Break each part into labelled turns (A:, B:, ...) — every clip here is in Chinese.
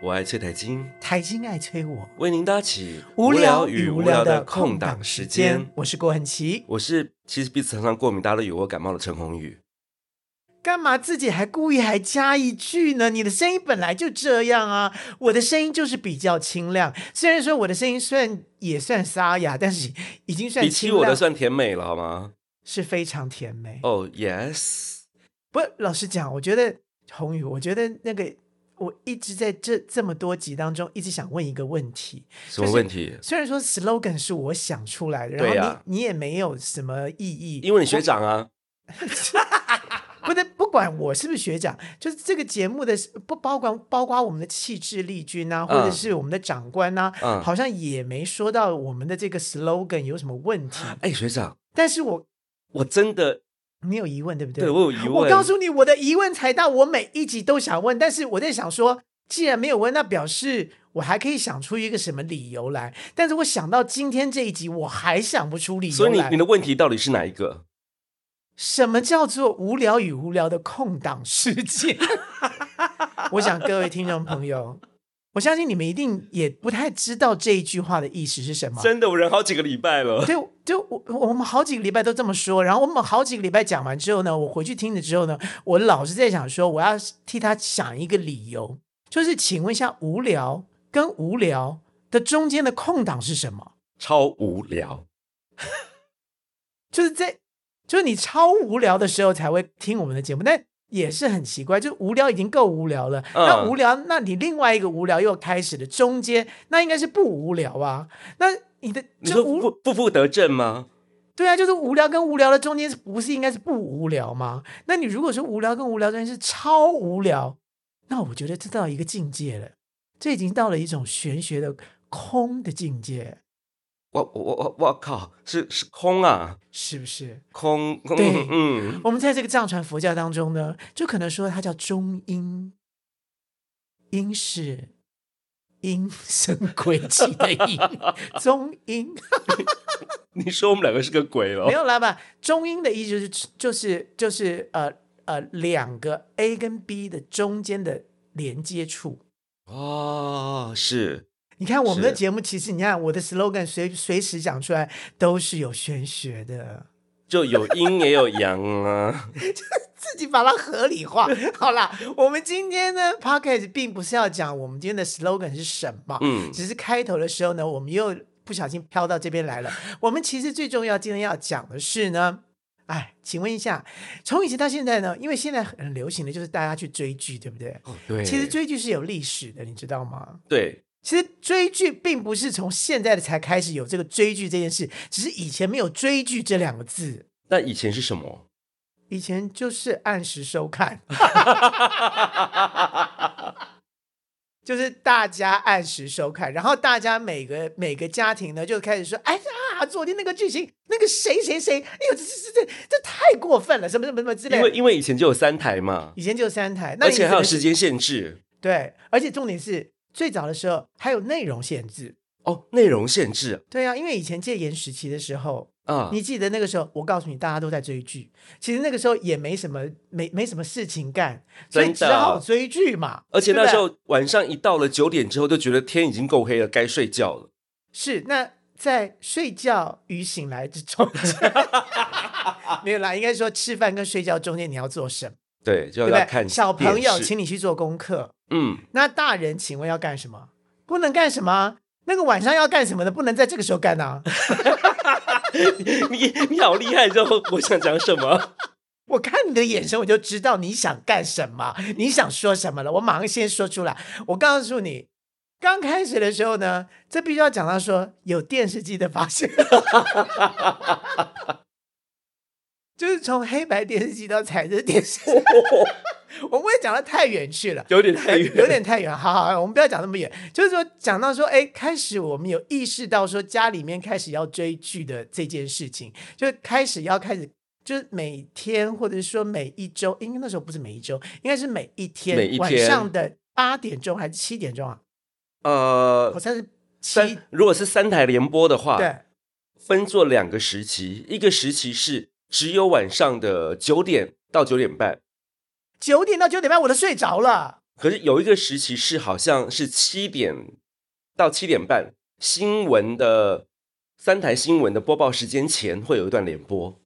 A: 我爱崔台金，
B: 台金爱催我，
A: 为您搭起
B: 无聊
A: 与
B: 与
A: 无
B: 无
A: 聊
B: 聊
A: 的
B: 的
A: 空
B: 空
A: 档
B: 档
A: 时
B: 时
A: 间
B: 间。。我是郭恒琪，
A: 我是其实鼻子常常过敏，大家都以为我感冒了。陈宏宇，
B: 干嘛自己还故意还加一句呢？你的声音本来就这样啊，我的声音就是比较清亮。虽然说我的声音算也算沙哑，但是已经算
A: 比
B: 清
A: 起
B: 亮，
A: 我的算甜美了好吗？
B: 是非常甜美。
A: 哦、y e s
B: 不，老实讲，我觉得宏宇，我觉得那个我一直在这这么多集当中，一直想问一个问题。
A: 什么问题？
B: 虽然说 slogan 是我想出来的，然后
A: 对啊
B: 你、
A: 呀
B: 你也没有什么意义，
A: 因为你学长啊，
B: 不是不管我是不是学长，就是这个节目的不包括包括我们的气质力军啊，或者是我们的长官啊，
A: 嗯
B: 好像也没说到我们的这个 slogan 有什么问题。
A: 哎，学长，
B: 但是我
A: 我真的
B: 你有疑问对不对？
A: 对我有疑问。
B: 我告诉你，我的疑问才到，我每一集都想问，但是我在想说，既然没有问，那表示我还可以想出一个什么理由来。但是我想到今天这一集，我还想不出理由来。
A: 所以你你的问题到底是哪一个？
B: 什么叫做无聊与无聊的空档时间？我想各位听众朋友，我相信你们一定也不太知道这一句话的意思是什么。
A: 真的，我忍好几个礼拜了。
B: 对，就我我们好几个礼拜都这么说，然后我们好几个礼拜讲完之后呢，我回去听了之后呢，我老是在想说，我要替他想一个理由，就是请问一下，无聊跟无聊的中间的空档是什么？
A: 超无聊。
B: 就是在就是你超无聊的时候才会听我们的节目，但也是很奇怪，就无聊已经够无聊了，
A: 嗯
B: 那无聊，那你另外一个无聊又开始了，中间那应该是不无聊啊，那你的
A: 你
B: 就
A: 说
B: 无
A: 负负负得正吗？
B: 对啊，就是无聊跟无聊的中间不是应该是不无聊吗？那你如果说无聊跟无聊中间是超无聊，那我觉得这到一个境界了，这已经到了一种玄学的空的境界，
A: 我我我我靠，是是空啊，
B: 是不是？
A: 空空
B: 对
A: 嗯，
B: 我们在这个藏传佛教当中呢，就可能说它叫中阴，阴是阴神鬼气的阴，中阴
A: 你说我们两个是个鬼了
B: 没？有啦吧？中阴的意思就是就是就是呃呃两个 A 跟 B 的中间的连接处。
A: 哦，是
B: 你看我们的
A: 是
B: 节目，其实你看我的 slogan 随随时讲出来都是有玄学的。
A: 就有阴也有阳啊。
B: 自己把它合理化。 好啦，我们今天呢 p o c k e t 并不是要讲我们今天的 slogan 是什么，
A: 嗯
B: 只是开头的时候呢，我们又不小心飘到这边来了。我们其实最重要今天要讲的是呢。哎，请问一下，从以前到现在呢？因为现在很流行的就是大家去追剧，对不对？
A: 哦，对，
B: 其实追剧是有历史的，你知道吗？
A: 对
B: 其实追剧并不是从现在的才开始有这个追剧这件事，只是以前没有追剧这两个字，
A: 那以前是什么？
B: 以前就是按时收看。就是大家按时收看，然后大家每个每个家庭呢就开始说：“哎呀，昨天那个剧情，那个谁谁谁，哎呦，这这这这这太过分了，什么什么什么之类
A: 因为
B: 的。
A: 因为以前就有三台嘛”，
B: 以前就三台，那
A: 而
B: 你
A: 且还
B: 可
A: 有
B: 能
A: 时间限制
B: 对，而且重点是最早的时候还有内容限制。
A: 哦，内容限制
B: 对啊，因为以前戒严时期的时候，
A: 啊。
B: 你记得那个时候，我告诉你，大家都在追剧，其实那个时候也没什么没没什么事情干，所以
A: 真的
B: 只好追剧嘛。
A: 而且
B: 对不
A: 那时
B: 对
A: 候晚上一到了九点之后，就觉得天已经够黑了，该睡觉了。
B: 是，那在睡觉与醒来之中 间，没有啦，应该说吃饭跟睡觉中间你要做什么，
A: 对，就要
B: 对不
A: 来
B: 对？
A: 看
B: 小朋友，
A: 电视
B: 请你去做功课。
A: 嗯，
B: 那大人，请问要干什么？不能干什么啊？那个晚上要干什么的，不能在这个时候干啊！
A: 你你好厉害，你知道我想讲什么？
B: 我看你的眼神，我就知道你想干什么，你想说什么了。我马上先说出来。我告诉你，刚开始的时候呢，这必须要讲到说有电视机的发现， 就是从黑白电视机到彩色电视机。我不会讲的太远去了。
A: 有点太远，
B: 有点太远，好好，好我们不要讲那么远，就是说讲到说，哎，开始我们有意识到说家里面开始要追剧的这件事情，就是开始要开始，就是每天或者是说每一周，应该那时候不是每一周，应该是每一天
A: 每一天
B: 晚上的八点钟还是七点钟啊？好
A: 呃，
B: 像是七
A: 三如果是三台联播的话，
B: 对，
A: 分做两个时期，一个时期是只有晚上的九点到九点半，
B: 九点到九点半我都睡着了。
A: 可是有一个时期是好像是七点到七点半，新闻的三台新闻的播报时间前会有一段联播。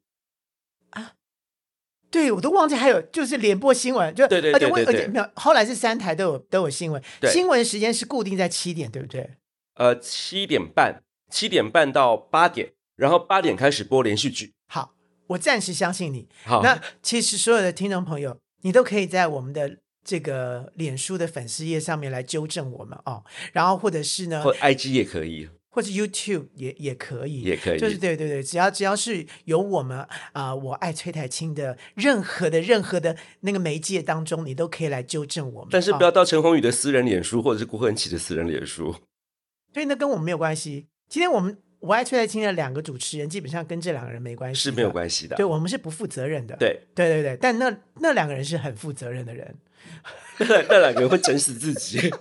B: 对，我都忘记还有就是联播新闻，就
A: 对对
B: 而且
A: 对
B: 我
A: 对
B: 而
A: 对
B: 且没有，后来是三台都有都有新闻，
A: 对
B: 新闻时间是固定在七点，对不对？
A: 呃，七点半，七点半到八点，然后八点开始播连续剧。
B: 好，我暂时相信你。
A: 好，
B: 那其实所有的听众朋友，你都可以在我们的这个脸书的粉丝页上面来纠正我们哦，然后或者是呢，
A: 或 IG 也可以，
B: 或者 YouTube 也也可以，
A: 也可以，
B: 就是对对对，只要只要是有我们啊、我爱崔台青的任何的任何的那个媒介当中，你都可以来纠正我们。
A: 但是
B: 哦
A: 不要到陈宏宇的私人脸书，或者是郭恒奇的私人脸书。
B: 所以那跟我们没有关系。今天我们我爱崔台青的两个主持人，基本上跟这两个人没关系，
A: 是没有关系的。
B: 系对我们是啊不负责任的。
A: 对，
B: 对对对，但那那两个人是很负责任的人，
A: 那那两个人会整死自己。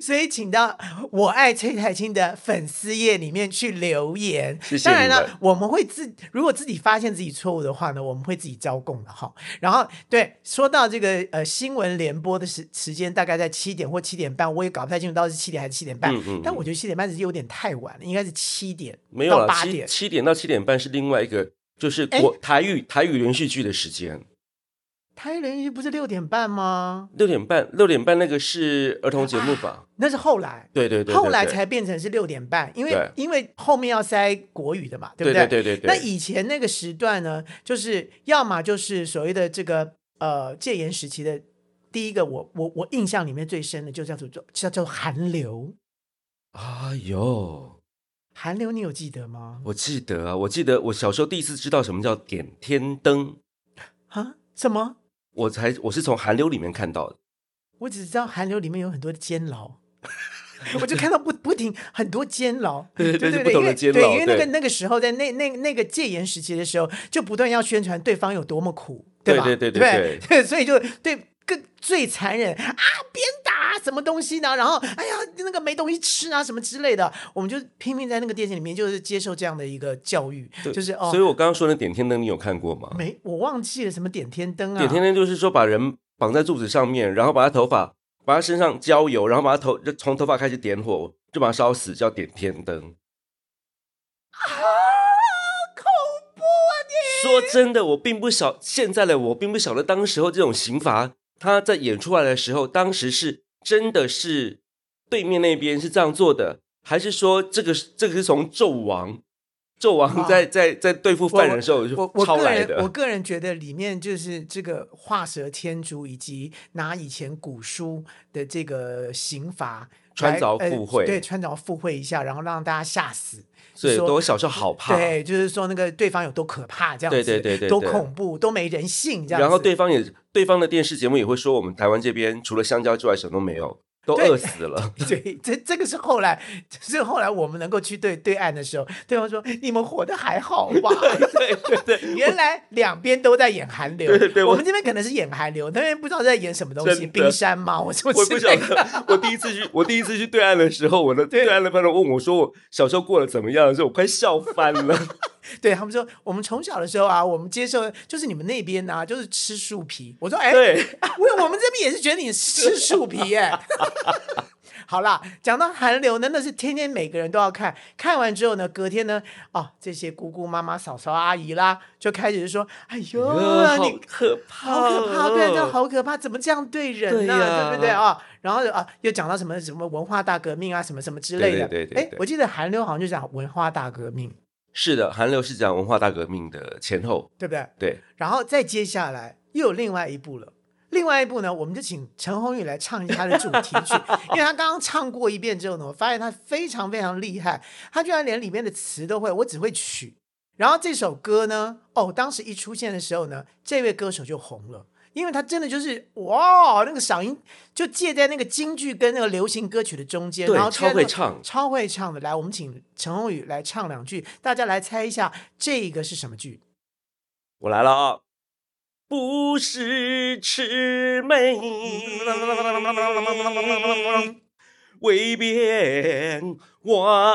B: 所以请到我爱崔台青的粉丝页里面去留言。
A: 谢谢
B: 当然
A: 你们
B: 了，我们会自如果自己发现自己错误的话呢，我们会自己招供的哈。然后对，说到这个呃新闻联播的时时间大概在七点或七点半，我也搞不太清楚到底是七点还是七点半。
A: 嗯嗯
B: 但我觉得七点半是有点太晚了，应该是七点
A: 没有
B: 到
A: 了，
B: 八
A: 七
B: 点。哎
A: 七点到七点半是另外一个，就是国台语台语连续剧的时间。
B: 台联谊不是六点半吗？
A: 六点半，六点半那个是儿童节目吧？
B: 那是后来。
A: 对对对，对
B: 啊后来
A: 对
B: 才变成是六点半，因为
A: 对
B: 因为后面要塞国语的嘛，对不
A: 对对对对对。
B: 那以前那个时段呢，就是要么就是所谓的这个呃戒严时期的第一个我，我我印象里面最深的就叫做叫做寒流，
A: 哎呦，
B: 寒流你有记得吗？
A: 我记得啊，我记得我小时候第一次知道什么叫点天灯，
B: 啊，什么？
A: 我才我是从韩流里面看到的。
B: 我只知道寒流里面有很多的监牢。 我就看到不不停很多监牢，
A: 对对
B: 对
A: 对
B: 对
A: 不同
B: 因为
A: 的监
B: 对，
A: 牢
B: 因为那个
A: 对
B: 那个时候在那那那个戒严时期的时候，就不断要宣传对方有多么苦，吧？
A: 对
B: 对
A: 对对对
B: 不 对，所以就对更最残忍啊，鞭打啊什么东西呢？然后哎呀，那个没东西吃啊，什么之类的，我们就拼命在那个电视里面就是接受这样的一个教育，
A: 对
B: 就是哦
A: 所以，我刚刚说的点天灯，你有看过吗？
B: 没我忘记了什么点天灯啊，
A: 点天灯就是说把人绑在柱子上面，然后把他头发，把他身上浇油，然后把他头就从头发开始点火，就把他烧死，叫点天灯。
B: 啊，恐怖啊你！
A: 说真的，我并不晓现在的我并不晓得当时候这种刑罚，他在演出来的时候，当时是真的是对面那边是这样做的，还是说这个是这个是从纣王，纣王
B: 哇
A: 在在在对付犯人的时候
B: 啊我
A: 就
B: 我
A: 抄
B: 个
A: 来
B: 人我
A: 的？
B: 个人觉得里面就是这个画蛇添足，以及拿以前古书的这个刑罚
A: 穿
B: 来
A: 凿
B: 呃
A: 附会
B: 对，穿凿附会一下，然后让大家吓死。
A: 所以
B: 说
A: 我小时候好怕。
B: 对，就是说那个对方有多可怕，这样
A: 对
B: 子，
A: 对对对
B: 多
A: 对
B: 恐怖，多没人性，这样子。
A: 然后对方也对方的电视节目也会说，我们台湾这边除了香蕉之外什么都没有，都
B: 对
A: 饿死了。
B: 对，这这个是后来，这是后来我们能够去对对岸的时候，对方说你们活得还好吧？
A: 对对对，
B: 原来两边都在演韩流，
A: 对对
B: 我
A: 我
B: 们这边可能是演韩流，那边不知道在演什么东西，
A: 真的
B: 冰山吗？我什 么
A: 我
B: 之
A: 不晓
B: 类的。
A: 得，我第一次去，我第一次去对岸的时候，我的对岸的朋友问我说，我小时候过得怎么样的时候，我快笑翻了。
B: 对他们说，我们从小的时候啊，我们接受就是你们那边啊，就是吃树皮。我说，哎，
A: 对，
B: 我我们这边也是觉得你吃树皮耶、 好啦，讲到韩流呢，那是天天每个人都要看，看完之后呢，隔天呢，哦，这些姑姑、妈妈、嫂嫂、阿姨啦，就开始说：“哎呦，
A: 呃好
B: 你
A: 可怕
B: 好
A: 哦，
B: 可怕，对，啊这好可怕，怎么这样对人
A: 对
B: 呢、
A: 呀嗯
B: 对不对啊、然后啊，又讲到什么什么文化大革命啊，什么什么之类的。
A: 对对对对
B: 诶
A: 对
B: 我记得韩流好像就讲文化大革命，
A: 是的，韩流是讲文化大革命的前后，
B: 对不对？
A: 对，
B: 然后再接下来又有另外一部了。另外一部呢，我们就请陈鸿宇来唱一下他的主题 曲，因为他刚刚唱过一遍之后呢，我发现他非常非常厉害，他居然连里面的词都会，我只会曲。然后这首歌呢，哦，当时一出现的时候呢，这位歌手就红了，因为他真的就是哇，那个嗓音就介在那个京剧跟那个流行歌曲的中间，
A: 对
B: 然后居
A: 超
B: 然
A: 会
B: 那个
A: 唱
B: 超会唱的。来，我们请陈鸿宇来唱两句，大家来猜一下这个是什么剧。
A: 我来了啊。不是魑魅，为变魍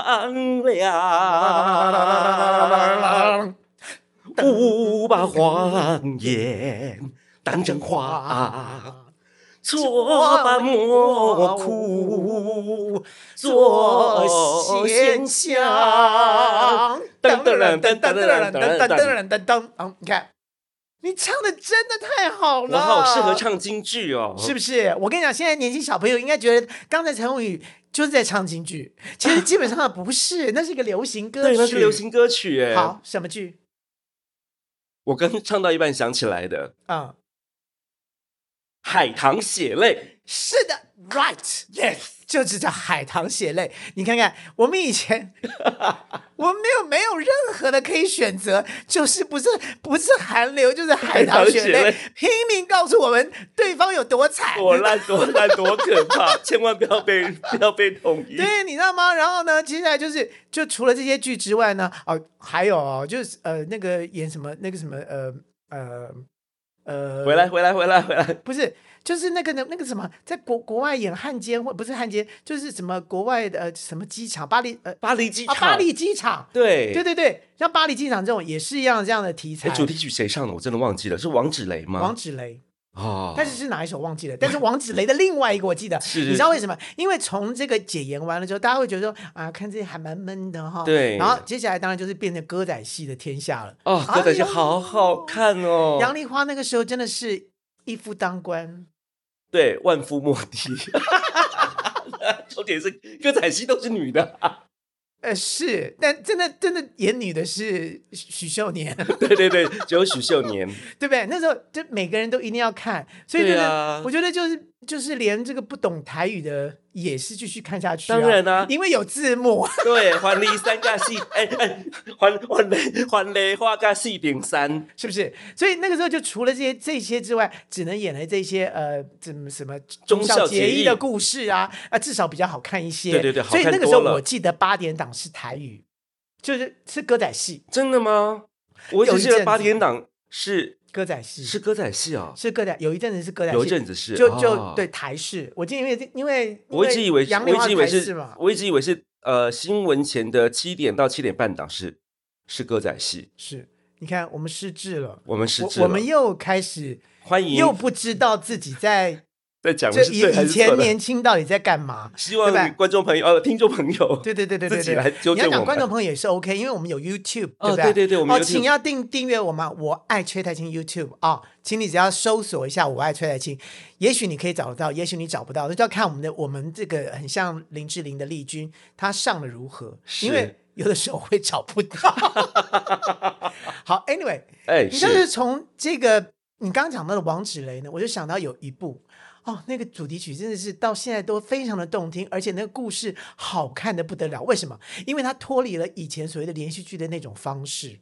A: 魉。我把谎言当成话，错把莫哭，做贤相。
B: 噔噔噔噔噔噔噔噔噔噔噔噔，你看，你唱的真的太好
A: 我
B: 了，
A: 好适合，唱京剧哦，
B: 是不是？我跟你讲，现在年轻小朋友应该觉得刚才陈鸿宇就是在唱京剧，其实基本上不是，那是一个流行歌
A: 对，
B: 曲，
A: 那是流行歌曲哎。
B: 好，什么剧
A: 我刚唱到一半想起来的，
B: 啊？
A: 《海棠血泪
B: 是的，right yes，就只叫海棠血泪。你看看，我们以 前我们没有没有任何的可以选择，就是不是不是韩流，就是海棠血
A: 海棠
B: 泪
A: 血，
B: 拼命告诉我们对方有多惨》，。
A: 多烂多烂多可 怕，千万不要被不要被统一。
B: 对，你知道吗？然后呢，接下来就是，就除了这些剧之外呢，哦，还有哦，就是呃，那个演什么，那个什么，呃呃呃，
A: 回来回来回来回来，
B: 不是，就是那个那那个什么，在国国外演汉奸或不是汉奸，就是什么国外的、呃、什么机场，巴黎呃、
A: 巴黎机
B: 啊
A: 场，
B: 巴黎机场，
A: 对
B: 对对对，像巴黎机场这种也是一样这样的题材。
A: 哎，主题曲谁唱的？我真的忘记了，是王芷蕾吗？
B: 王芷蕾，
A: 哦，
B: 但是是哪一首忘记了？但是王芷蕾的另外一个我记 得，
A: 是
B: 你知道为什么？因为从这个解严完了之后，大家会觉得说啊，看这还蛮闷的哈。
A: 对
B: 然后接下来当然就是变成歌仔戏的天下了。哎
A: 哦，歌仔戏好好看哦，
B: 杨丽花那个时候真的是一夫当关，
A: 对，万夫莫敌。 重点是歌仔戏都是女的，
B: 呃，是，但真的真的演女的是许许秀年，
A: 对对对，只有许秀年。
B: 对不对？那时候就每个人都一定要看，所以就
A: 对
B: 是、
A: 啊
B: 我觉得就是就是连这个不懂台语的也是继续看下去、啊，
A: 当然啦、
B: 因为有字幕。
A: 对，还离三架戏，哎哎，还还雷还雷花架戏顶三，
B: 是不是？所以那个时候就除了这些这些之外，只能演了这些呃，怎么什么忠孝
A: 孝
B: 节
A: 节义
B: 义的故事啊啊，至少比较好看一些。
A: 对对对好
B: 所
A: 看
B: 以那个时候
A: 多了
B: 我记得八点档是台语，就是是歌仔戏，
A: 真的吗？我只记
B: 有一阵
A: 得
B: 子
A: 八点档是
B: 歌仔戏
A: 是歌仔戏哦，
B: 是歌仔，有一阵子是歌仔戏，
A: 有一阵子是，
B: 就就、
A: 哦
B: 对，台式。我记得因为因为
A: 我一直以为
B: 因
A: 是
B: 杨
A: 我
B: 丽
A: 一
B: 花
A: 直以为
B: 台式
A: 是
B: 嘛，，
A: 我一直以为是呃新闻前的七点到七点半档是是歌仔戏，
B: 是。你看，我们失智了，
A: 我们失
B: 我
A: 智
B: 我
A: 了，
B: 们又开始
A: 欢迎
B: 又不知道自己在
A: 在讲
B: 这
A: 的是
B: 以
A: 对还
B: 以
A: 是错
B: 前
A: 的。
B: 年轻到底在干嘛？
A: 希
B: 对吧
A: 望观众朋友呃听众朋友
B: 对对对对对对，
A: 自己来纠
B: 你
A: 正
B: 要
A: 我
B: 讲
A: 们。
B: 观众朋友也是 OK，因为我们有 YouTube，、
A: 哦
B: 不对？
A: 对对对我们
B: 哦，
A: 有
B: 请
A: YouTube
B: 要订订阅我们“我爱崔台青 ”YouTube 啊、请你只要搜索一下“我爱崔台青”，也许你可以找得到，也许你找不到，那就要看我们的我们这个很像林志玲的丽君，她上的如何，
A: 是
B: 因为有的时候会找不到。 好，Anyway，
A: 哎，
B: 你就是从这个你刚刚讲到的王芷蕾呢，我就想到有一部哦，那个主题曲真的是到现在都非常的动听，而且那个故事好看的不得了。为什么？因为它脱离了以前所谓的连续剧的那种方式。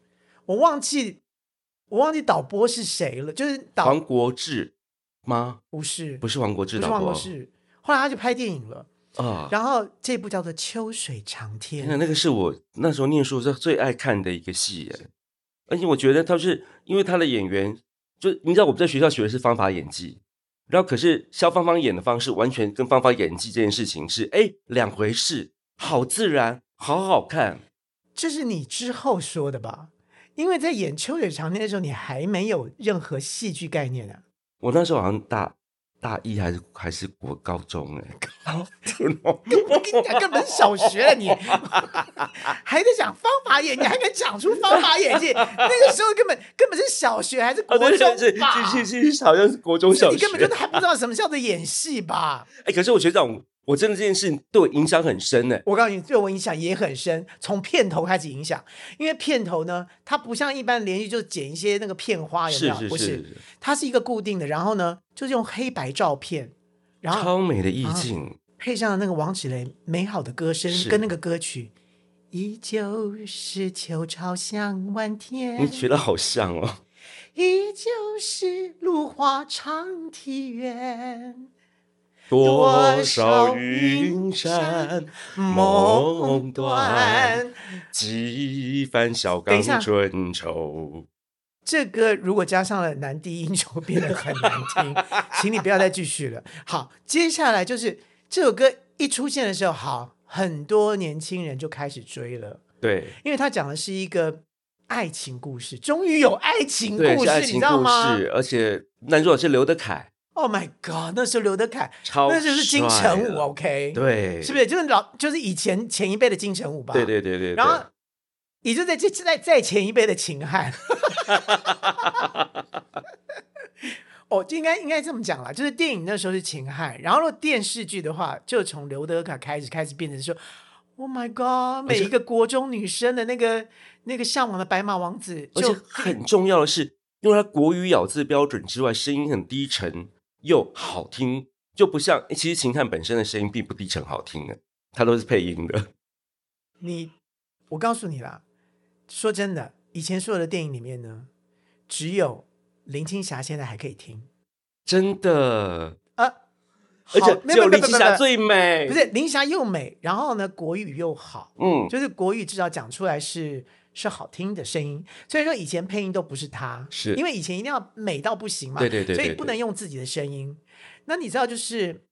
B: 我忘记我忘记导播是谁了，就是导
A: 黄国志吗？
B: 不是
A: 不是黄国志
B: 不是
A: 导
B: 王
A: 播
B: 博士，后来他就拍电影了。
A: 啊。
B: 然后这部叫做《秋水长
A: 天
B: 天
A: 哪，》，那个是我那时候念书的时候最爱看的一个戏耶，而且我觉得他是因为他的演员，就你知道我们在学校学的是方法演技，然后可是肖芳芳演的方式完全跟方法演技这件事情是哎两回事，好自然，好好看。
B: 这是你之后说的吧？因为在演《秋水长天》的时候，你还没有任何戏剧概念啊。
A: 我那时候好像大大一还是还是国高中
B: 欸
A: 哎， 哦
B: 我跟你讲，根本是小学了你， 还在讲方法演，你还敢讲出方法演技？那个时候根本根本是小学还是国
A: 哦对
B: 中
A: 对对，
B: 吧？
A: 是是是，好像是国中小学，
B: 你根本就还不知道什么叫做演戏吧？
A: 哎、可是我学长，我真的这件事情对我影响很深欸呢、
B: 我告诉你，对我影响也很深，从片头开始影响，因为片头呢，它不像一般连续就剪一些那个片花，啊有没
A: 是
B: 有？
A: 是
B: 不
A: 是
B: 是，
A: 是，
B: 它是一个固定的，然后呢，就是用黑白照片，然后啊
A: 超美的意境，
B: 配上那个王芷蕾美好的歌声
A: 是
B: 跟那个歌曲，依旧是秋潮向晚天
A: 你，学的好像 哦。
B: 依旧是芦花长堤远，
A: 多少云山梦断，。几番小
B: 等一
A: 岗
B: 下
A: 春愁。
B: 这歌如果加上了男低音，就变得很难听，请你不要再继续了。好，接下来就是这首歌一出现的时候，好，很多年轻人就开始追了。
A: 对，
B: 因为他讲的是一个爱情故事，终于有爱情故
A: 对，
B: 事，
A: 是爱
B: 你
A: 情
B: 知道
A: 故
B: 吗？
A: 事，而且男主角是刘德凯，
B: Oh my god！那时候刘德凯，
A: 超
B: 那就是金
A: 帅
B: 城武
A: 了
B: ，OK，，
A: 对，
B: 是不是？就是老，就是以前前一辈的金城武吧？
A: 对对对对，
B: 然后也就在这在在前一辈的秦汉。哦，就应该应该这么讲啦，就是电影那时候是秦汉，然后如果电视剧的话，就从刘德华开始开始变成说，Oh my God，每一个国中女生的那个那个向往的白马王子，
A: 对而
B: 就
A: 且很重要的是，因为它国语咬字标准之外，声音很低沉又好听，就不像诶其实秦汉本身的声音并不低沉好听的，它都是配音的。
B: 你，我告诉你啦，说真的，以前所有的电影里面呢，只有林青霞现在还可以听，
A: 真的，
B: 呃，
A: 而
B: 好
A: 且
B: 没
A: 只
B: 有
A: 有
B: 没
A: 林
B: 有没有
A: 青
B: 没有
A: 霞最美。
B: 不，是林霞又美，然后呢国语又好，
A: 嗯，
B: 就是国语至少讲出来是是好听的声音。所以说以前配音都不是她，
A: 是
B: 因为以前一定要美到不行嘛，
A: 对对对
B: 所以
A: 对
B: 不
A: 对
B: 能用自己的声音。那你知道就是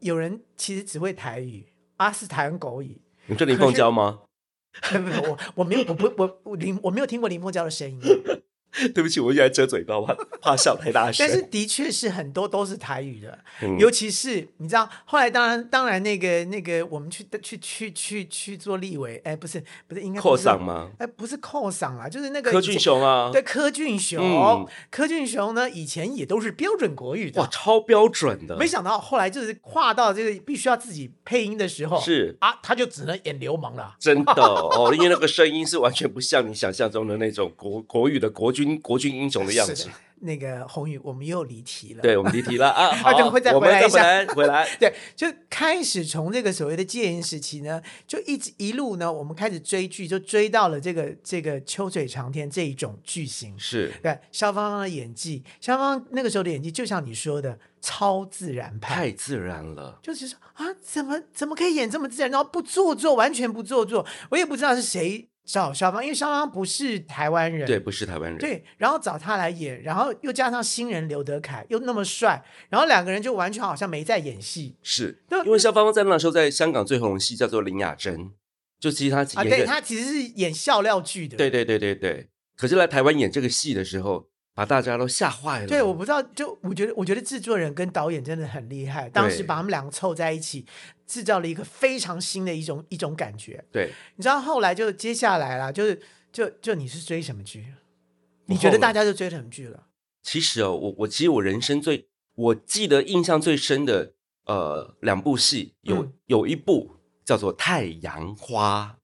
B: 有人其实只会台语，啊是台湾狗语，
A: 你说林
B: 可
A: 凤
B: 是
A: 娇吗？
B: 我我没有我不我我林我没有听过林凤娇的 声音，
A: 对不起，我现在遮嘴巴，怕怕笑太大声。
B: 但是的确是很多都是台语的。
A: 嗯
B: 尤其是你知道，后来当然当然那个那个，我们去去去去去做立委，哎，不是不是，应该
A: 扩
B: 不是
A: 嗓？吗？
B: 哎，不是扣嗓啦，就是那个
A: 柯
B: 以前
A: 俊，雄啊，
B: 对柯俊雄，
A: 嗯
B: 柯俊雄呢以前也都是标准国语
A: 哇，
B: 的，
A: 超标准的，
B: 没想到后来就是跨到这个必须要自己配音的时候，
A: 是
B: 啊，他就只能演流氓了。
A: 真的哦，因为那个声音是完全不像你想象中的那种国国语的国军国军英雄的样
B: 是
A: 子
B: 的。，那个红宇，我们又离题了。
A: 对，我们离题了 啊，好，
B: 等会再
A: 我
B: 回
A: 们
B: 来
A: 再
B: 一
A: 回
B: 下
A: 来回 来。
B: 对，就开始从这个所谓的戒严时期呢，就一直一路呢，我们开始追剧，就追到了这个这个秋水长天这一种剧型。
A: 是
B: 对，肖芳芳的演技，肖芳芳那个时候的演技，就像你说的，超自然派，
A: 太自然了，
B: 就是说啊，怎么怎么可以演这么自然，然后不做作，完全不做作。我也不知道是谁找肖芳，因为肖芳芳不是台湾人，
A: 对，不是台湾人，
B: 对，然后找他来演，然后又加上新人刘德凯又那么帅，然后两个人就完全好像没在演戏。
A: 是
B: 那
A: 因为肖芳芳在那时候在香港最红的戏叫做《林雅珍》，就其实她
B: 啊，
A: 演
B: 对
A: 的，
B: 他其实是演笑料剧的。
A: 对对对对对。可是来台湾演这个戏的时候，把大家都吓坏了。
B: 对，我不知道，就我觉得，我觉得制作人跟导演真的很厉害，当时
A: 对
B: 把他们两个凑在一起，制造了一个非常新的一种一种感觉。
A: 对，
B: 你知道后来就接下来啦，就是就就你是追什么剧？你
A: 我
B: 觉得
A: 后
B: 大
A: 来
B: 家就追什么剧了？
A: 其实哦，我我其实我人生最我记得印象最深的呃两部戏，有、
B: 嗯
A: 有一部叫做《太阳花》，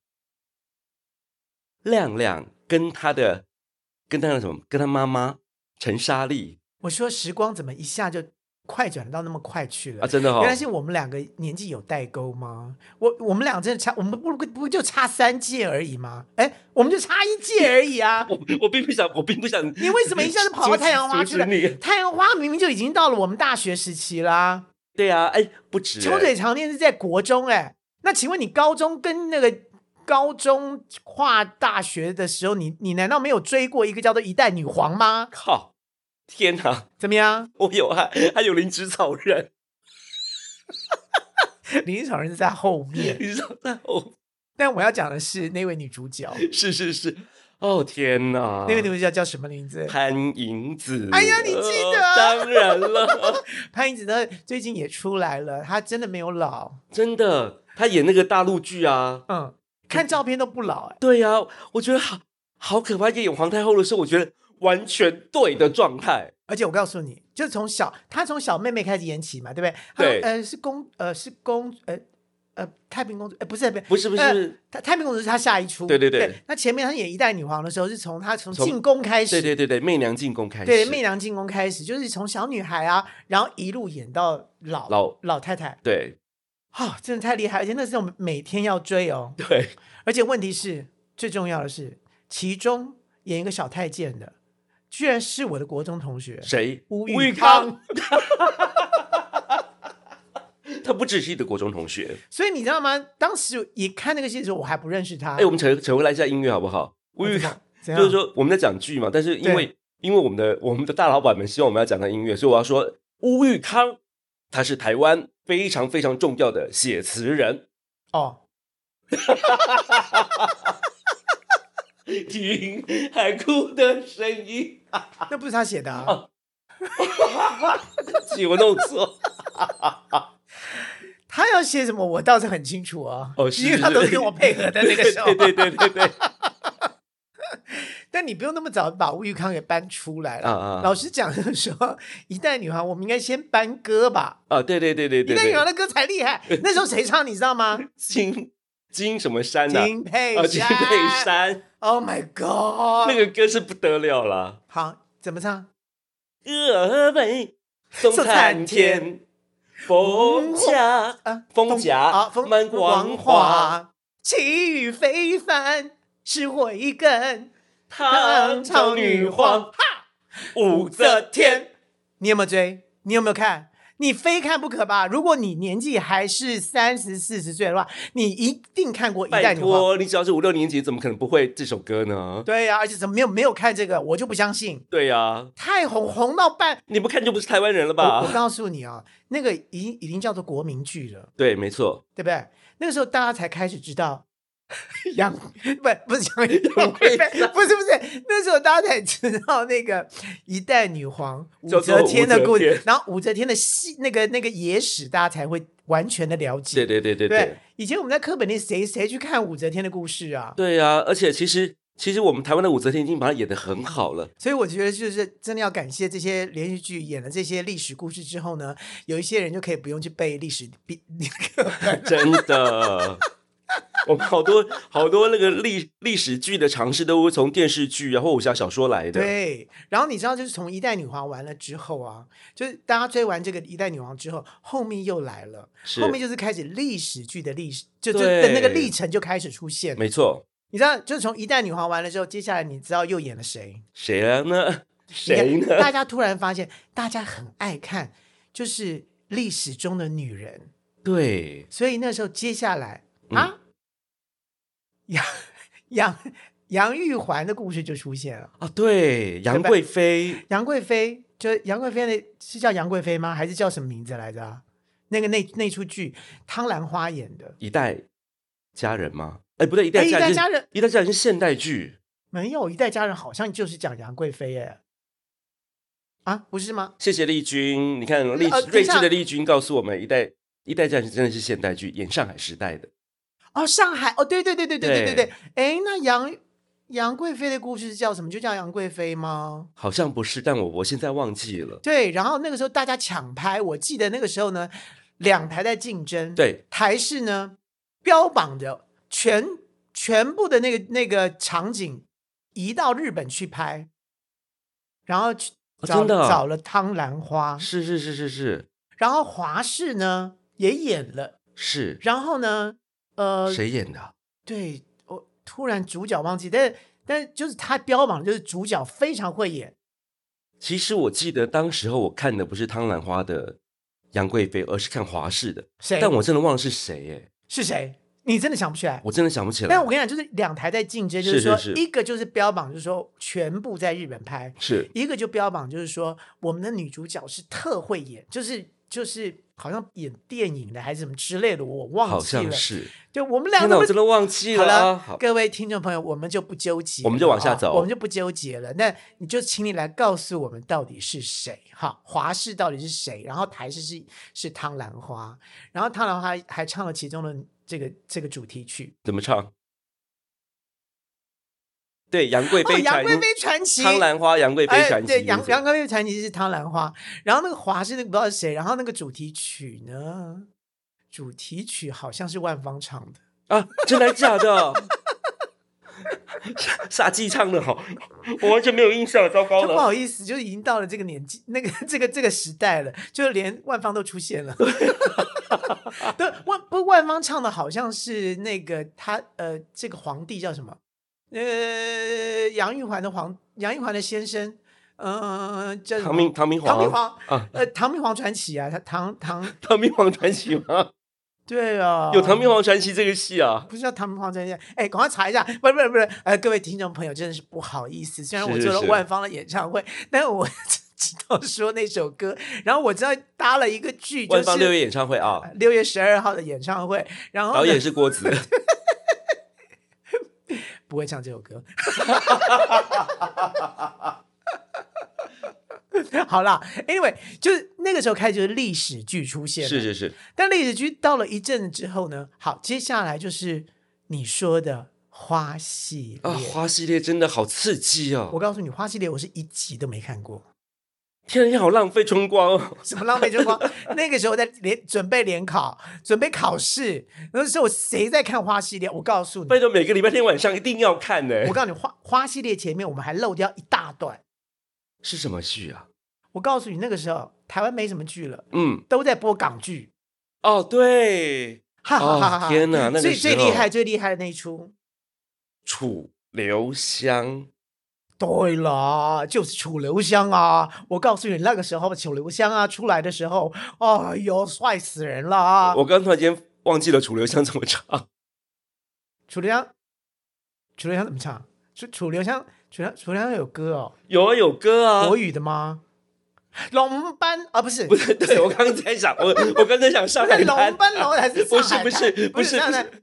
A: 亮亮跟他的跟他的什么跟他妈妈陈莎莉
B: 我说时光怎么一下就快转到那么快去了？
A: 啊，真的哦
B: 原，来是我们两个年纪有代沟吗？我我们俩真的差，我们不不不就差三届而已吗？哎，我们就差一届而已啊！
A: 我我并不想，我并不想，
B: 你为什么一下子跑到太阳花去了
A: 阻止你？
B: 太阳花明明就已经到了我们大学时期啦、
A: 对啊，哎，不止、
B: 秋水长天是在国中哎、那请问你高中跟那个高中跨大学的时候，你你难道没有追过一个叫做一代女皇吗？
A: 靠，天哪，
B: 怎么样？
A: 我有啊，还有灵芝草 人，
B: 林小人是在后面，
A: 灵芝草人哦，
B: 但我要讲的是那位女主角，
A: 是是是，哦天哪，
B: 那位女主角叫什么名字？
A: 潘迎紫。
B: 哎呀你记得
A: 呃当然了，
B: 潘迎紫呢，最近也出来了，她真的没有老，
A: 真的，他演那个大陆剧啊，
B: 嗯，看照片都不老哎、
A: 对啊，我觉得好好可怕。演皇太后的时候，我觉得完全对的状态。
B: 而且我告诉你，就是从小她从小妹妹开始演起嘛，对不对？她
A: 对
B: 呃，是公呃是公呃呃太平公主，呃不是不是
A: 不是不是
B: 呃
A: 不是
B: 太太平公主是她下一出，
A: 对对对
B: 那前面她演一代女皇的时候，是从她从
A: 从
B: 进宫开始，
A: 对对对对，媚娘进宫开始，
B: 对媚娘进宫开始，就是从小女孩啊，然后一路演到老
A: 老
B: 老太太，
A: 对
B: 啊、真的太厉害！而且那是我们每天要追哦，
A: 对，
B: 而且问题是，最重要的是，其中演一个小太监的，居然是我的国中同学
A: 谁？
B: 吴
A: 宇
B: 宇康。
A: 他不只是你的国中同学。
B: 所以你知道吗？当时一看那个戏的时候，我还不认识他。
A: 哎，我们扯扯回来一下音乐好不好？吴宇
B: 怎
A: 康
B: 么，怎样
A: 就是说我们在讲剧嘛，但是因为因为我们的我们的大老板们希望我们要讲到音乐，所以我要说吴玉康，他是台湾非常非常重要的写词人。
B: 哦，
A: 听海哭的声音，
B: 那不是他写的、啊。
A: 哦起我弄 错，
B: 他要写什么，我倒是很清楚啊，
A: 哦是
B: 因为他都是跟我配合的那个时候。
A: 对对对对 对，
B: 但你不用那么早把吴玉康给搬出来了。
A: 啊啊
B: 老实讲，就是说一代女孩，我们应该先搬歌吧。
A: 啊，对对对对对
B: 一代女孩
A: 对，
B: 的歌才厉害，那时候谁唱你知道吗？
A: 金金什么山呐？
B: 金佩
A: 啊，金
B: 珊。
A: 佩珊
B: Oh my god！
A: 那个歌是不得了啦。
B: 好怎么唱？
A: 峨眉送参天，风甲
B: 啊
A: 风甲
B: 啊，风
A: 满光华，，
B: 气宇非凡，是慧根。
A: 唐朝女皇武则天。
B: 你有没有追？你有没有看？你非看不可吧？如果你年纪还是三十四十岁的话，你一定看过《一代
A: 拜
B: 女皇》。
A: 托，你只要是五六年级，怎么可能不会这首歌呢？
B: 对呀、而且怎么没有没有看这个？我就不相信，
A: 对呀、
B: 太红红到半。
A: 你不看就不是台湾人了
B: 我我
A: 吧？
B: 告诉你啊，那个已经已经叫做国民剧了，
A: 对，没错，
B: 对不对？那个时候大家才开始知道杨不不是杨杨贵妃，不是不是，那时候大家才知道那个一代女皇武
A: 叫做
B: 则天的
A: 武则
B: 故事
A: 天，
B: 然后武则天的戏那个那个野史，大家才会完全的了解。
A: 对对对对
B: 对
A: 对，
B: 以前我们在课本里谁谁去看武则天的故事啊？
A: 对呀、而且其实其实我们台湾的武则天已经把它演得很好了，
B: 所以我觉得就是真的要感谢这些连续剧演了这些历史故事之后呢，有一些人就可以不用去背历史必那个
A: 真的。我们好多好多那个历历史剧的尝试都是从电视剧啊或武侠小说来的。
B: 对，然后你知道，就是从一代女皇完了之后啊，就是大家追完这个一代女皇之后，后面又来了，
A: 是
B: 后面就是开始历史剧的历史，就就
A: 对
B: 的那个历程就开始出现了。
A: 没错，
B: 你知道，就是从一代女皇完了之后，接下来你知道又演了谁？
A: 谁呢？
B: 你看
A: 谁呢？
B: 大家突然发现，大家很爱看，就是历史中的女人。
A: 对，
B: 所以那时候接下来
A: 嗯
B: 啊，杨杨杨玉环的故事就出现了。
A: 啊，对，杨贵妃，
B: 杨贵妃，就杨贵妃的是叫杨贵妃吗？还是叫什么名字来着啊？那个那那出剧，汤兰花演的，
A: 一代佳人吗？哎，不对，一
B: 哎，
A: 代
B: 一
A: 佳人
B: 代
A: 是，
B: 佳人
A: 一代佳人是现代剧，
B: 没有，一代佳人好像就是讲杨贵妃耶，啊，不是吗？
A: 谢谢丽君，你看
B: 是
A: 丽
B: 呃等一
A: 睿
B: 下
A: 智的丽君告诉我们，一代一代佳人真的是现代剧，演上海时代的。
B: 哦，上海，哦，对对对对对对对
A: 对
B: 对，哎，那杨杨贵妃的故事是叫什么？就叫杨贵妃吗？
A: 好像不是，但我我现在忘记了。
B: 对，然后那个时候大家抢拍，我记得那个时候呢，两台在竞争，，
A: 对，
B: 台视呢标榜着全全部的那个那个场景移到日本去拍，然后去
A: 哦
B: 找、
A: 真的啊
B: 找了汤兰花，
A: 是是是是是
B: 然后华视呢也演了，
A: 是，
B: 然后呢，呃，
A: 谁演的啊？
B: 对我突然主角忘记，但但就是他标榜就是主角非常会演，
A: 其实我记得当时候我看的不是汤兰花的杨贵妃，而是看华视的，
B: 谁？
A: 但我真的忘了是谁耶，
B: 是谁？你真的想不起来？
A: 我真的想不起来。
B: 但我跟你讲，就是两台在竞争，就是说
A: 是是
B: 一个就是标榜，就是说全部在日本拍，
A: 是
B: 一个就标榜就是说我们的女主角是特会演，就是就是好像演电影的还是什么之类的，我忘
A: 好
B: 记了
A: 像。是。
B: 就我们
A: 天
B: 两
A: 哪，
B: 个
A: 我
B: 不
A: 真的忘记
B: 好
A: 了啊。
B: 了
A: 好，，
B: 各位听众朋友，我们就不纠结了啊，
A: 我们就往下走
B: 我们就不纠结了。那你就请你来告诉我们到底是谁哈，华视到底是谁？然后台视是是汤兰花，然后汤兰花还还唱了其中的这个这个主题曲。
A: 怎么唱？对，杨贵
B: 哦，
A: 妃
B: 杨
A: 传
B: 贵妃传奇，
A: 汤兰花，杨贵妃
B: 哎，
A: 传奇，
B: 对，杨杨贵妃传奇是汤兰花，然后那个华是那个不知道是谁，然后那个主题曲呢，主题曲好像是万芳唱的，
A: 啊，真的假的？ 傻鸡唱的好， 我完全没有印象，糟糕
B: 就不
A: 了。
B: 好意思，就已经到了这个年纪，那个这个这个时代了，就连万芳都出现 了。 对，万不过万芳唱的好像是那个他呃，这个皇帝叫什么？呃，杨玉环的皇，杨玉环的先生，嗯、呃，叫什么
A: 唐明唐明
B: 唐明
A: 皇
B: 皇，
A: 啊，
B: 呃，唐明皇传奇啊，他唐唐
A: 唐明皇传奇吗？
B: 对啊，
A: 有唐明皇传奇这个戏啊？
B: 不知道唐明皇在线，哎，赶快查一下，不是不是不是，呃，各位听众朋友，真的是不好意思，虽然我
A: 是
B: 做了
A: 是
B: 万芳的演唱会，但我 只知道说那首歌，然后我知道搭了一个剧，就
A: 万芳六
B: 是哦
A: 月演唱会啊，
B: 六月十二号的演唱会，然后呢
A: 导演是郭 子，
B: 不会唱这首歌， 好啦，Anyway，就是那个时候开始就是历史剧出现了，
A: 是是是，
B: 但历史剧到了一阵子之后呢，好，接下来就是你说的花系
A: 啊，
B: 列。
A: 花系列真的好刺激
B: 我
A: 哦！
B: 告诉你，花系列我是一集都没看过，
A: 天啊，你好浪费春光哦！
B: 什么浪费时光。那个时候在联准备联考，准备考试，那时候谁在看花系列？我告诉你
A: 拜，托，每个礼拜天晚上一定要看呢。
B: 我告诉你，花花系列前面我们还漏掉一大段。
A: 是什么剧啊？
B: 我告诉你，那个时候台湾没什么剧了，
A: 嗯，
B: 都在播港剧，
A: 哦，对，
B: 哈哈哈哈哈！
A: 哦天哪那个
B: 最
A: 时
B: 最
A: 候
B: 厉害、最厉害的那一出，
A: 楚留香，
B: 对了，就是楚留香啊！我告诉你，那个时候楚留香啊出来的时候，哎呦，帅死人了啊！
A: 我刚突然间忘记了楚留香怎么唱。
B: 楚留香，楚留香怎么唱？楚楚留香，楚留楚留香有歌哦，
A: 有啊，有歌啊
B: 国，语的吗？龙班啊，不是，
A: 不是，对我刚才想，我我刚才想上
B: 不是
A: 海
B: 龙
A: 滩，
B: 班龙还是
A: 不是
B: 上海
A: 不
B: 滩
A: 是
B: 不
A: 不是
B: 上
A: 不
B: 海
A: 是，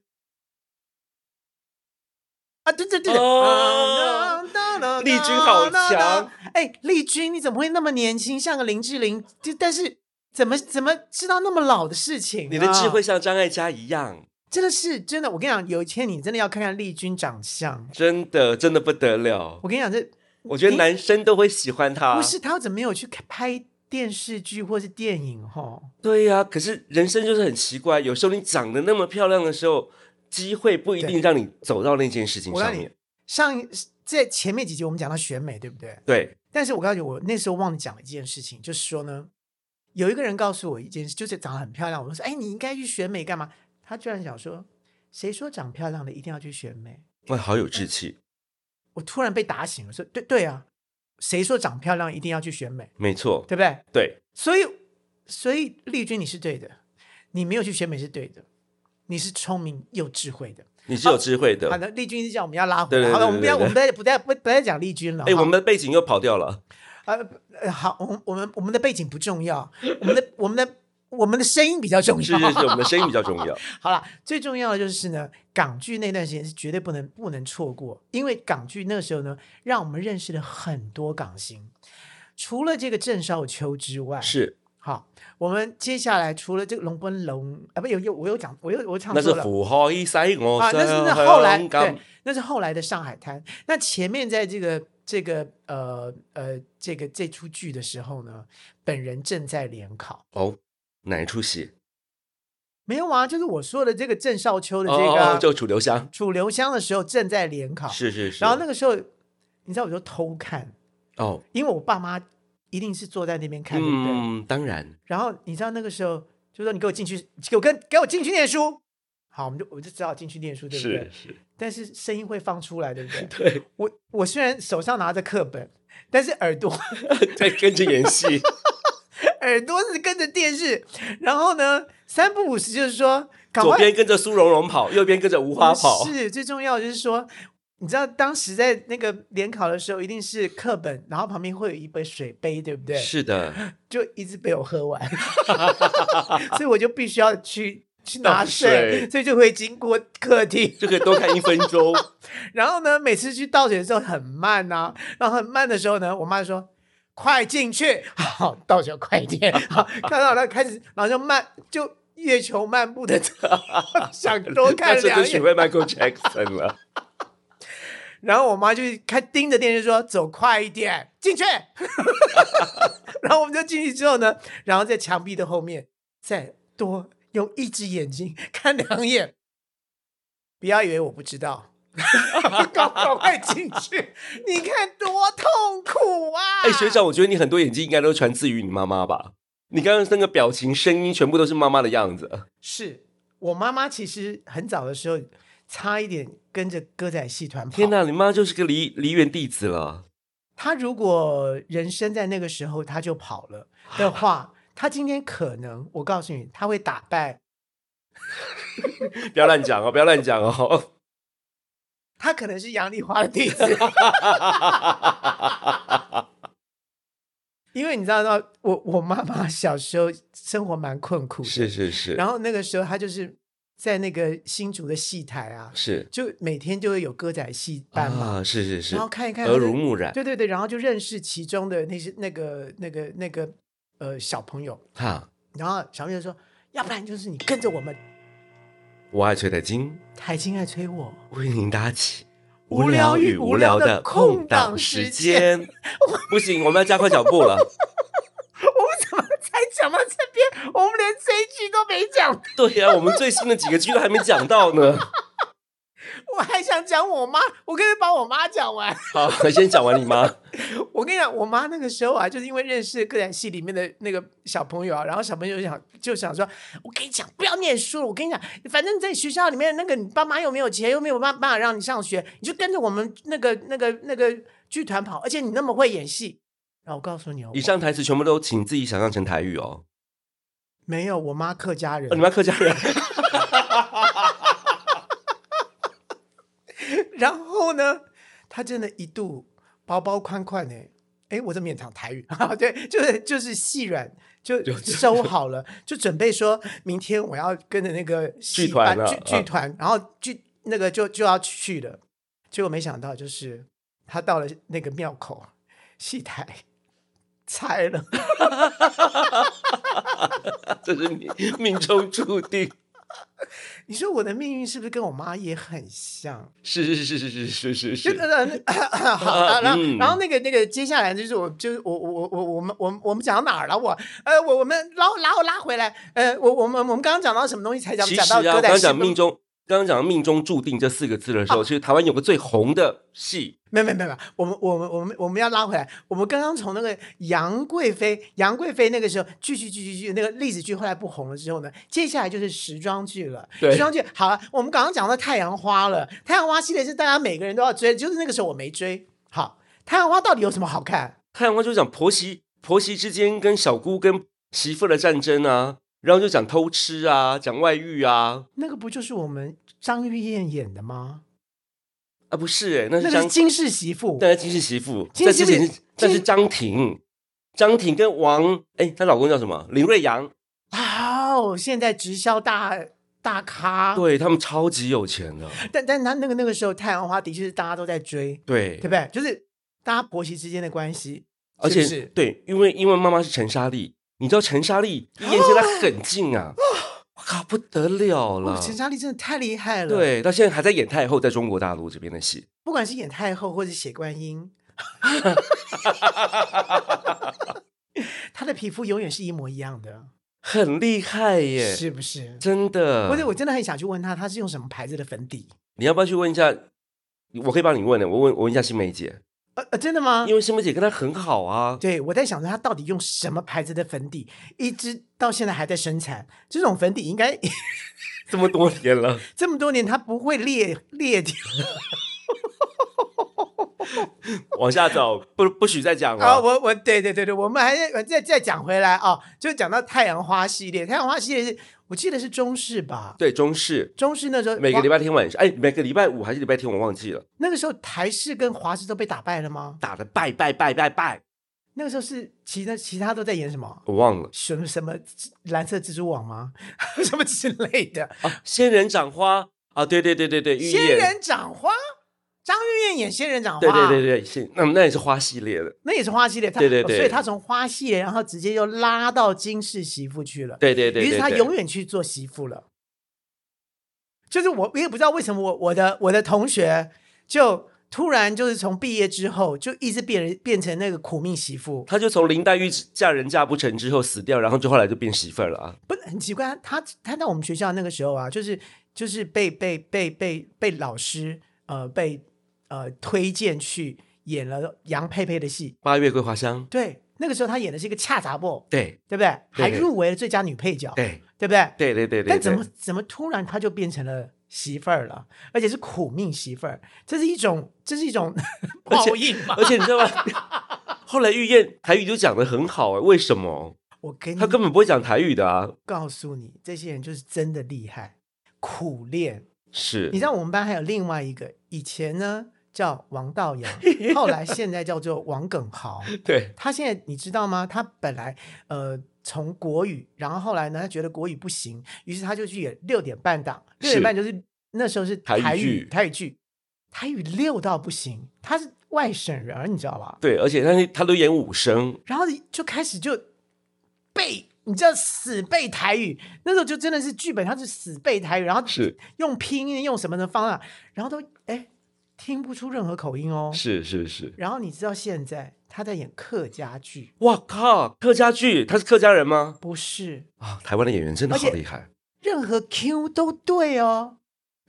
B: 啊，对对啊对对，
A: 哦丽君好强！
B: 哎，丽君，你怎么会那么年轻，像个林志玲？就但是怎么怎么知道那么老的事情、啊
A: 你的智慧像张艾嘉一样，
B: 真的是真的，我跟你讲，有一天你真的要看看丽君长相。
A: 真的真的不得了。
B: 我跟你讲，这
A: 我觉得
B: 你
A: 男生都会喜欢她。
B: 不是她怎么没有去看拍电视剧或是电影哈？
A: 对呀、可是人生就是很奇怪，有时候你长得那么漂亮的时候，机会不一定让你走到那件事情
B: 我
A: 上
B: 让你
A: 面。
B: 上一在前面几集我们讲到选美，对不对？
A: 对，
B: 但是我告诉你，我那时候忘了讲了一件事情，就是说呢，有一个人告诉我一件事，就是长得很漂亮，我就说，哎，你应该去选美干嘛？他居然想说，谁说长漂亮的一定要去选美？
A: 哇，好有志气，
B: 我突然被打醒了，说，对对啊，谁说长漂亮一定要去选美？
A: 没错，
B: 对不对？
A: 对，
B: 所以，所以丽君你是对的，你没有去选美是对的，你是聪明又智慧的。
A: 你是有智慧的。
B: 好的，丽君是讲我们要拉回
A: 对
B: 来，
A: 对
B: 好了，
A: 对
B: 我们不要，
A: 对对
B: 我们不再不再不不再讲丽君了。
A: 哎、
B: 哈
A: 我们的背景又跑掉 了。
B: 呃呃，好，我们我们我们的背景不重要，我们的我们的我们的声音比较重要。
A: 是是是，我们的声音比较重要。
B: 好了，最重要的就是呢，港剧那段时间是绝对不能不能错过，因为港剧那个时候呢，让我们认识了很多港星。除了这个郑少秋之外，
A: 是，
B: 好，我们接下来除了这个龙奔龙啊，不有有我有讲，我有我唱
A: 那是
B: 错了。
A: 符号一哦塞我
B: 啊，那是那后来对，那是后来的上海滩。那前面在这个这个呃呃这个这出剧的时候呢，本人正在联考，
A: 哦，哪一出戏？
B: 没有啊，就是我说的这个郑少秋的这个
A: 哦
B: 啊
A: 哦，就楚留香。
B: 楚留香的时候正在联考，
A: 是是是。
B: 然后那个时候，你知道我就偷看，
A: 哦，
B: 因为我爸妈一定是坐在那边看，对不对？
A: 嗯，当然，
B: 然后你知道那个时候就说你给我进去，给我跟给我进去念书。好，我们就我就只好进去念书，对不
A: 是？
B: 对
A: 是，
B: 但是声音会放出来，对不对？
A: 对
B: 我我虽然手上拿着课本，但是耳朵
A: 在跟着演戏。
B: 耳朵是跟着电视，然后呢，三不五时就是说， 赶
A: 左
B: 快哦
A: 边跟着苏蓉蓉跑，右边跟着吴花跑。
B: 是最重要的就是说，你知道当时在那个联考的时候，一定是课本，然后旁边会有一杯水杯，对不对？
A: 是的，
B: 就一直被我喝 完，所以我就必须要去去拿
A: 倒水
B: 水，所以就会经过客厅。
A: 就可以多看一分钟。
B: 然后呢，每次去倒水的时候很慢呐、然后很慢的时候呢，我妈就说。快进去， 好，倒水快一点，好，看到了开始，然后就慢，就月球漫步的，想多
A: 那
B: 看
A: 这就
B: 两
A: 学
B: 眼。
A: 会 Michael Jackson 了。
B: 然后我妈就看盯着电视说：“走快一点，进 去。” 然后我们就进去之后呢，然后在墙壁的后面再多用一只眼睛看两眼，不要以为我不知道。 赶赶快进去！你看多痛苦啊！
A: 哎，学，长，我觉得你很多演技应该都传自于你妈妈吧？你刚刚那个表情、声音，全部都是妈妈的样子。
B: 是我妈妈，其实很早的时候差一点跟着歌仔戏团跑。
A: 天哪，你妈就是个梨梨园弟子了。
B: 他如果人生在那个时候他就跑 了的话，他今天可能，我告诉你，他会打败，
A: 不要乱讲哦，不要乱讲哦。
B: 他可能是杨丽花的弟 子，因为你知道，我我妈妈小时候生活蛮困苦的，
A: 是是是，
B: 然后那个时候她就是在那个新竹的戏台啊，
A: 是
B: 就每天就会有歌仔戏班嘛，
A: 啊，是是是
B: 然，后看一看，
A: 耳濡目染，
B: 对对对，然后就认识其中的那些那个那个那个呃小朋友，
A: 哈，
B: 然后小朋友说，要不然就是你跟着我们，
A: 我爱吹的金
B: 台青爱催我，
A: 为您搭起。
B: 无聊与
A: 无聊
B: 无聊的
A: 空
B: 空档
A: 档
B: 时
A: 时间，不行，我们要加快脚步 了。
B: 我们怎么才讲到这边？我们连这一句都没讲。
A: 对呀、我们最新的几个剧都还没讲到呢。
B: 我还想讲我妈，我刚才把我妈讲完。
A: 好，先讲完你妈。
B: 我跟你讲，我妈那个时候啊，就是因为认识歌仔戏里面的那个小朋友啊，然后小朋友就想就想说，我跟你讲，不要念书了。我跟你讲，反正在学校里面那个你爸妈又没有钱，又没有办办法让你上学，你就跟着我们那个那个那个剧团跑，而且你那么会演戏。然后我告诉你哦，
A: 以上台词全部都请自己想象成台语哦。
B: 没有我妈客家人
A: 哦，你，妈客家人，
B: 然后呢，他真的一度包包宽宽呢、哎，我这么演场台语， 对，就是就是细软，就
A: 就
B: 收好了，就准备说明天我要跟着那个戏班
A: 剧团啊
B: 剧
A: 啊
B: 剧团，然后剧那个就就要去了。结果没想到，就是他到了那个庙口戏台 拆了，
A: 这是命命中注定。
B: 你说我的命运是不是跟我妈也很像？
A: 是是是是是是是，
B: 就是呃， 好，然后然后
A: 嗯
B: 然后那个那个接下来就是我就是我我我我我们我们我们讲到哪儿了？我呃我我们拉拉我拉回来，呃我我们我们刚刚讲到什么东西才讲
A: 其
B: 讲
A: 实
B: 到
A: 啊，
B: 歌
A: 我
B: 仔
A: 刚刚
B: 戏
A: 讲
B: 吗？
A: 命中，刚刚讲命中注定这四个字的时
B: 哦
A: 候，其实台湾有个最红的戏，
B: 没有没有没有，没有我们我们我们我们要拉回来，我们刚刚从那个杨贵妃杨贵妃那个时候剧剧剧剧剧那个历史剧后来不红了之后呢，接下来就是时装剧了。
A: 对
B: 时装剧好了，我们刚刚讲到太阳花了，太阳花系列是大家每个人都要追，就是那个时候我没追。好，太阳花到底有什么好看？
A: 太阳花就讲婆媳婆媳之间跟小姑跟媳妇的战争啊，然后就讲偷吃啊，讲外遇啊，
B: 那个不就是我们张玉燕演的吗？
A: 啊不是哎、那是
B: 那个
A: 张
B: 是，金氏媳妇，
A: 但是金氏媳妇，
B: 金
A: 但
B: 氏
A: 之
B: 媳妇
A: 前是
B: 金
A: 但是张庭，张庭跟王哎，她老公叫什么？林瑞阳，
B: 哦，现在直销大大咖，，
A: 对他们超级有钱的，
B: 但但他那个那个时候太阳花的确是大家都在追，
A: 对
B: 对不对？就是大家婆媳之间的关系，
A: 而
B: 是
A: 且
B: 不是
A: 对，因为因为妈妈是陈莎莉，你知道陈莎莉
B: 哦
A: 一燕现她很近啊，我靠不得了
B: 哦
A: 了，，
B: 陈莎莉真的太厉害了，，
A: 对，到现在还在演太后，在中国大陆这边的戏，
B: 不管是演太后或者血观音， 她的皮肤永远是一模一样的，
A: 很厉害耶，
B: 是不是？
A: 真的
B: 我。我真的很想去问她，她是用什么牌子的粉底？
A: 你要不要去问一下？我可以帮你问的，我问我问一下新梅姐，
B: 呃呃，真的吗？
A: 因为新梅姐跟她很好 啊，
B: 对，我在想说他到底用什么牌子的粉底，一直到现在还在生产。这种粉底应该
A: 这么多年了，
B: 这么多年它不会裂裂掉
A: 往下走，不不许再讲
B: 啊！
A: 了。
B: 我我对对对对，我们还在再再讲回来啊、就讲到太阳花系列，太阳花系列是我记得是中式吧？
A: 对，中式
B: 中式那时候
A: 每个礼
B: 拜
A: 拜天晚上，哎，每个礼拜五还是礼拜天，我忘记了，
B: 那个时候台式跟华式都被打败了吗？
A: 打的拜拜拜拜拜，
B: 那个时候是其他其他都在演什么？
A: 我忘了
B: 什么什么蓝色蜘蛛网吗？ 什么之类的？
A: 啊，仙人掌花啊，对对对对对，玉
B: 仙
A: 燕
B: 人掌花，张玉燕演仙人掌花，
A: 对对对对，是，那那也是花系列的，
B: 那也是花系列，他
A: 对对对
B: 所以他从花系列，然后直接又拉到金氏媳妇去了，
A: 对对对对对。
B: 于是他永远去做媳妇了。就是我，我也不知道为什么我我的我的同学就突然就是从毕业之后就一直变人变成那个苦命媳妇，
A: 他就从林黛玉嫁人嫁不成之后死掉，然后就后来就变媳妇儿了啊。
B: 不很奇怪，他他在我们学校那个时候啊，就是就是被被被被被老师呃被呃推荐去演了杨佩佩的戏，
A: 八月桂花香，
B: 对，那个时候他演的是一个恰杂婆，
A: 对
B: 对不对？还
A: 对
B: 入围了最佳女配角，
A: 对
B: 对不对？
A: 对对对对，
B: 但怎么
A: 对
B: 怎么突然她就变成了媳妇儿了，而且是苦命媳妇儿，这是一种这是 一种报应吧？
A: 而且你知道吗？ 后来玉燕台语就讲的很好啊，为什么？
B: 我跟你
A: 她根本不会讲台语的啊。
B: 告诉你，这些人就是真的厉害，苦练。
A: 是
B: 你知道我们班还有另外一个，以前呢叫王道 阳，后来现在叫做王耿豪。
A: 对
B: 他现在你知道吗？他本来呃从国语，然后后来呢，他觉得国语不行，于是他就去演六点半档，
A: 是
B: 六点半就是那时候是
A: 台语
B: 台
A: 剧
B: 台语剧，台语溜到不行，他是外省人，你知道吧？
A: 对，而且他他都演武生，
B: 然后就开始就背，你知道死背台语，那时候就真的是剧本，他是死背台语，然后
A: 是
B: 用拼音用什么的方法，然后都哎听不出任何口音哦。
A: 是是是，
B: 然后你知道现在他在演客家剧，
A: 哇靠，客家剧，他是客家人吗？
B: 不是
A: 啊，台湾的演员真的
B: 而
A: 好
B: 且
A: 厉害，
B: 任何 Q 都对哦。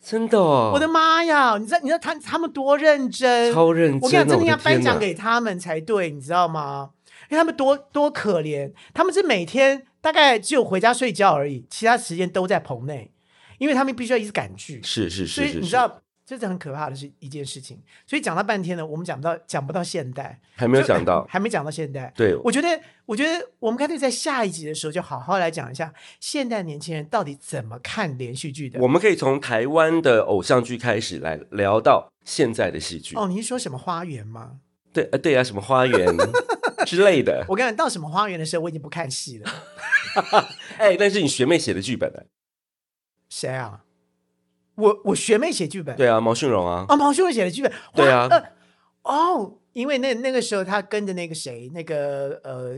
A: 真的哦，
B: 我的妈呀！你知道你知道他他们多认真，
A: 超认真哦，
B: 我跟你讲，真的要
A: 天
B: 颁奖
A: 哪
B: 给他们才对，你知道吗？因为他们多多可怜，他们是每天大概只有回家睡觉而已，其他时间都在棚内，因为他们必须要一直赶剧，
A: 是是
B: 所
A: 是
B: 以
A: 是，
B: 你知
A: 是
B: 道这是很可怕的是一件事情。所以讲到半天呢，我们讲不到讲不到现代，
A: 还没有
B: 就
A: 讲到，
B: 还没讲到现代。
A: 对，
B: 我觉得，我觉得我们干脆在下一集的时候就好好来讲一下现代年轻人到底怎么看连续剧的。
A: 我们可以从台湾的偶像剧开始来聊到现在的戏剧，
B: 哦，你是说什么花园吗？
A: 对呃对啊，什么花园之类的，
B: 我跟你讲，到什么花园的时候，我已经不看戏了。
A: 哎，那是你学妹写的剧本哎，
B: 谁啊？我我学妹写剧本，
A: 对啊，毛舜荣啊，
B: 啊，毛秀文写的剧本，哇
A: 对啊
B: 呃哦，因为那那个时候她跟着那个谁，那个呃，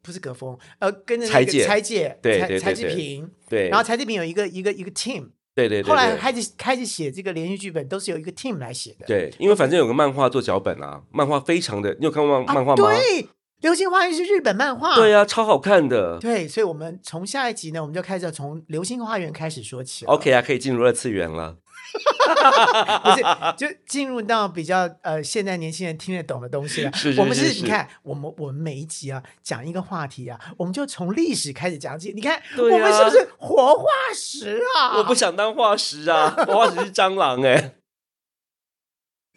B: 不是葛峰，呃，跟着那个
A: 柴姐
B: 柴姐，
A: 对
B: 柴
A: 对对
B: 柴智
A: 对
B: 平，
A: 对，
B: 然后柴智平有一个一个一个 team，
A: 对对对，
B: 后来
A: 对
B: 开始开始写这个连续剧本，都是由一个 team 来写的，
A: 对，因为反正有个漫画做脚本啊，漫画非常的，你有看过漫
B: 啊
A: 漫画吗？
B: 对，《流星花园》是日本漫画，
A: 对啊，超好看的。
B: 对，所以我们从下一集呢，我们就开始要从《流星花园》开始说起了
A: OK 啊，可以进入二次元了。
B: 不是，就进入到比较呃现在年轻人听得懂的东西了。
A: 是是
B: 我们
A: 是
B: 是，
A: 是
B: 你看，我们我们每一集啊讲一个话题啊，我们就从历史开始讲起。你看，
A: 对
B: 我们
A: 啊
B: 是不是活化石啊？
A: 我不想当化石啊，我化石是蟑螂哎、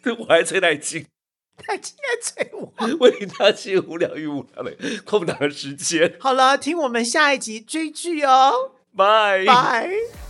A: 对， 我还吹来劲，
B: 太今天催我。
A: 为他些无聊与无聊的空档的时间。
B: 好了，听我们下一集追剧哦，
A: 拜
B: 拜。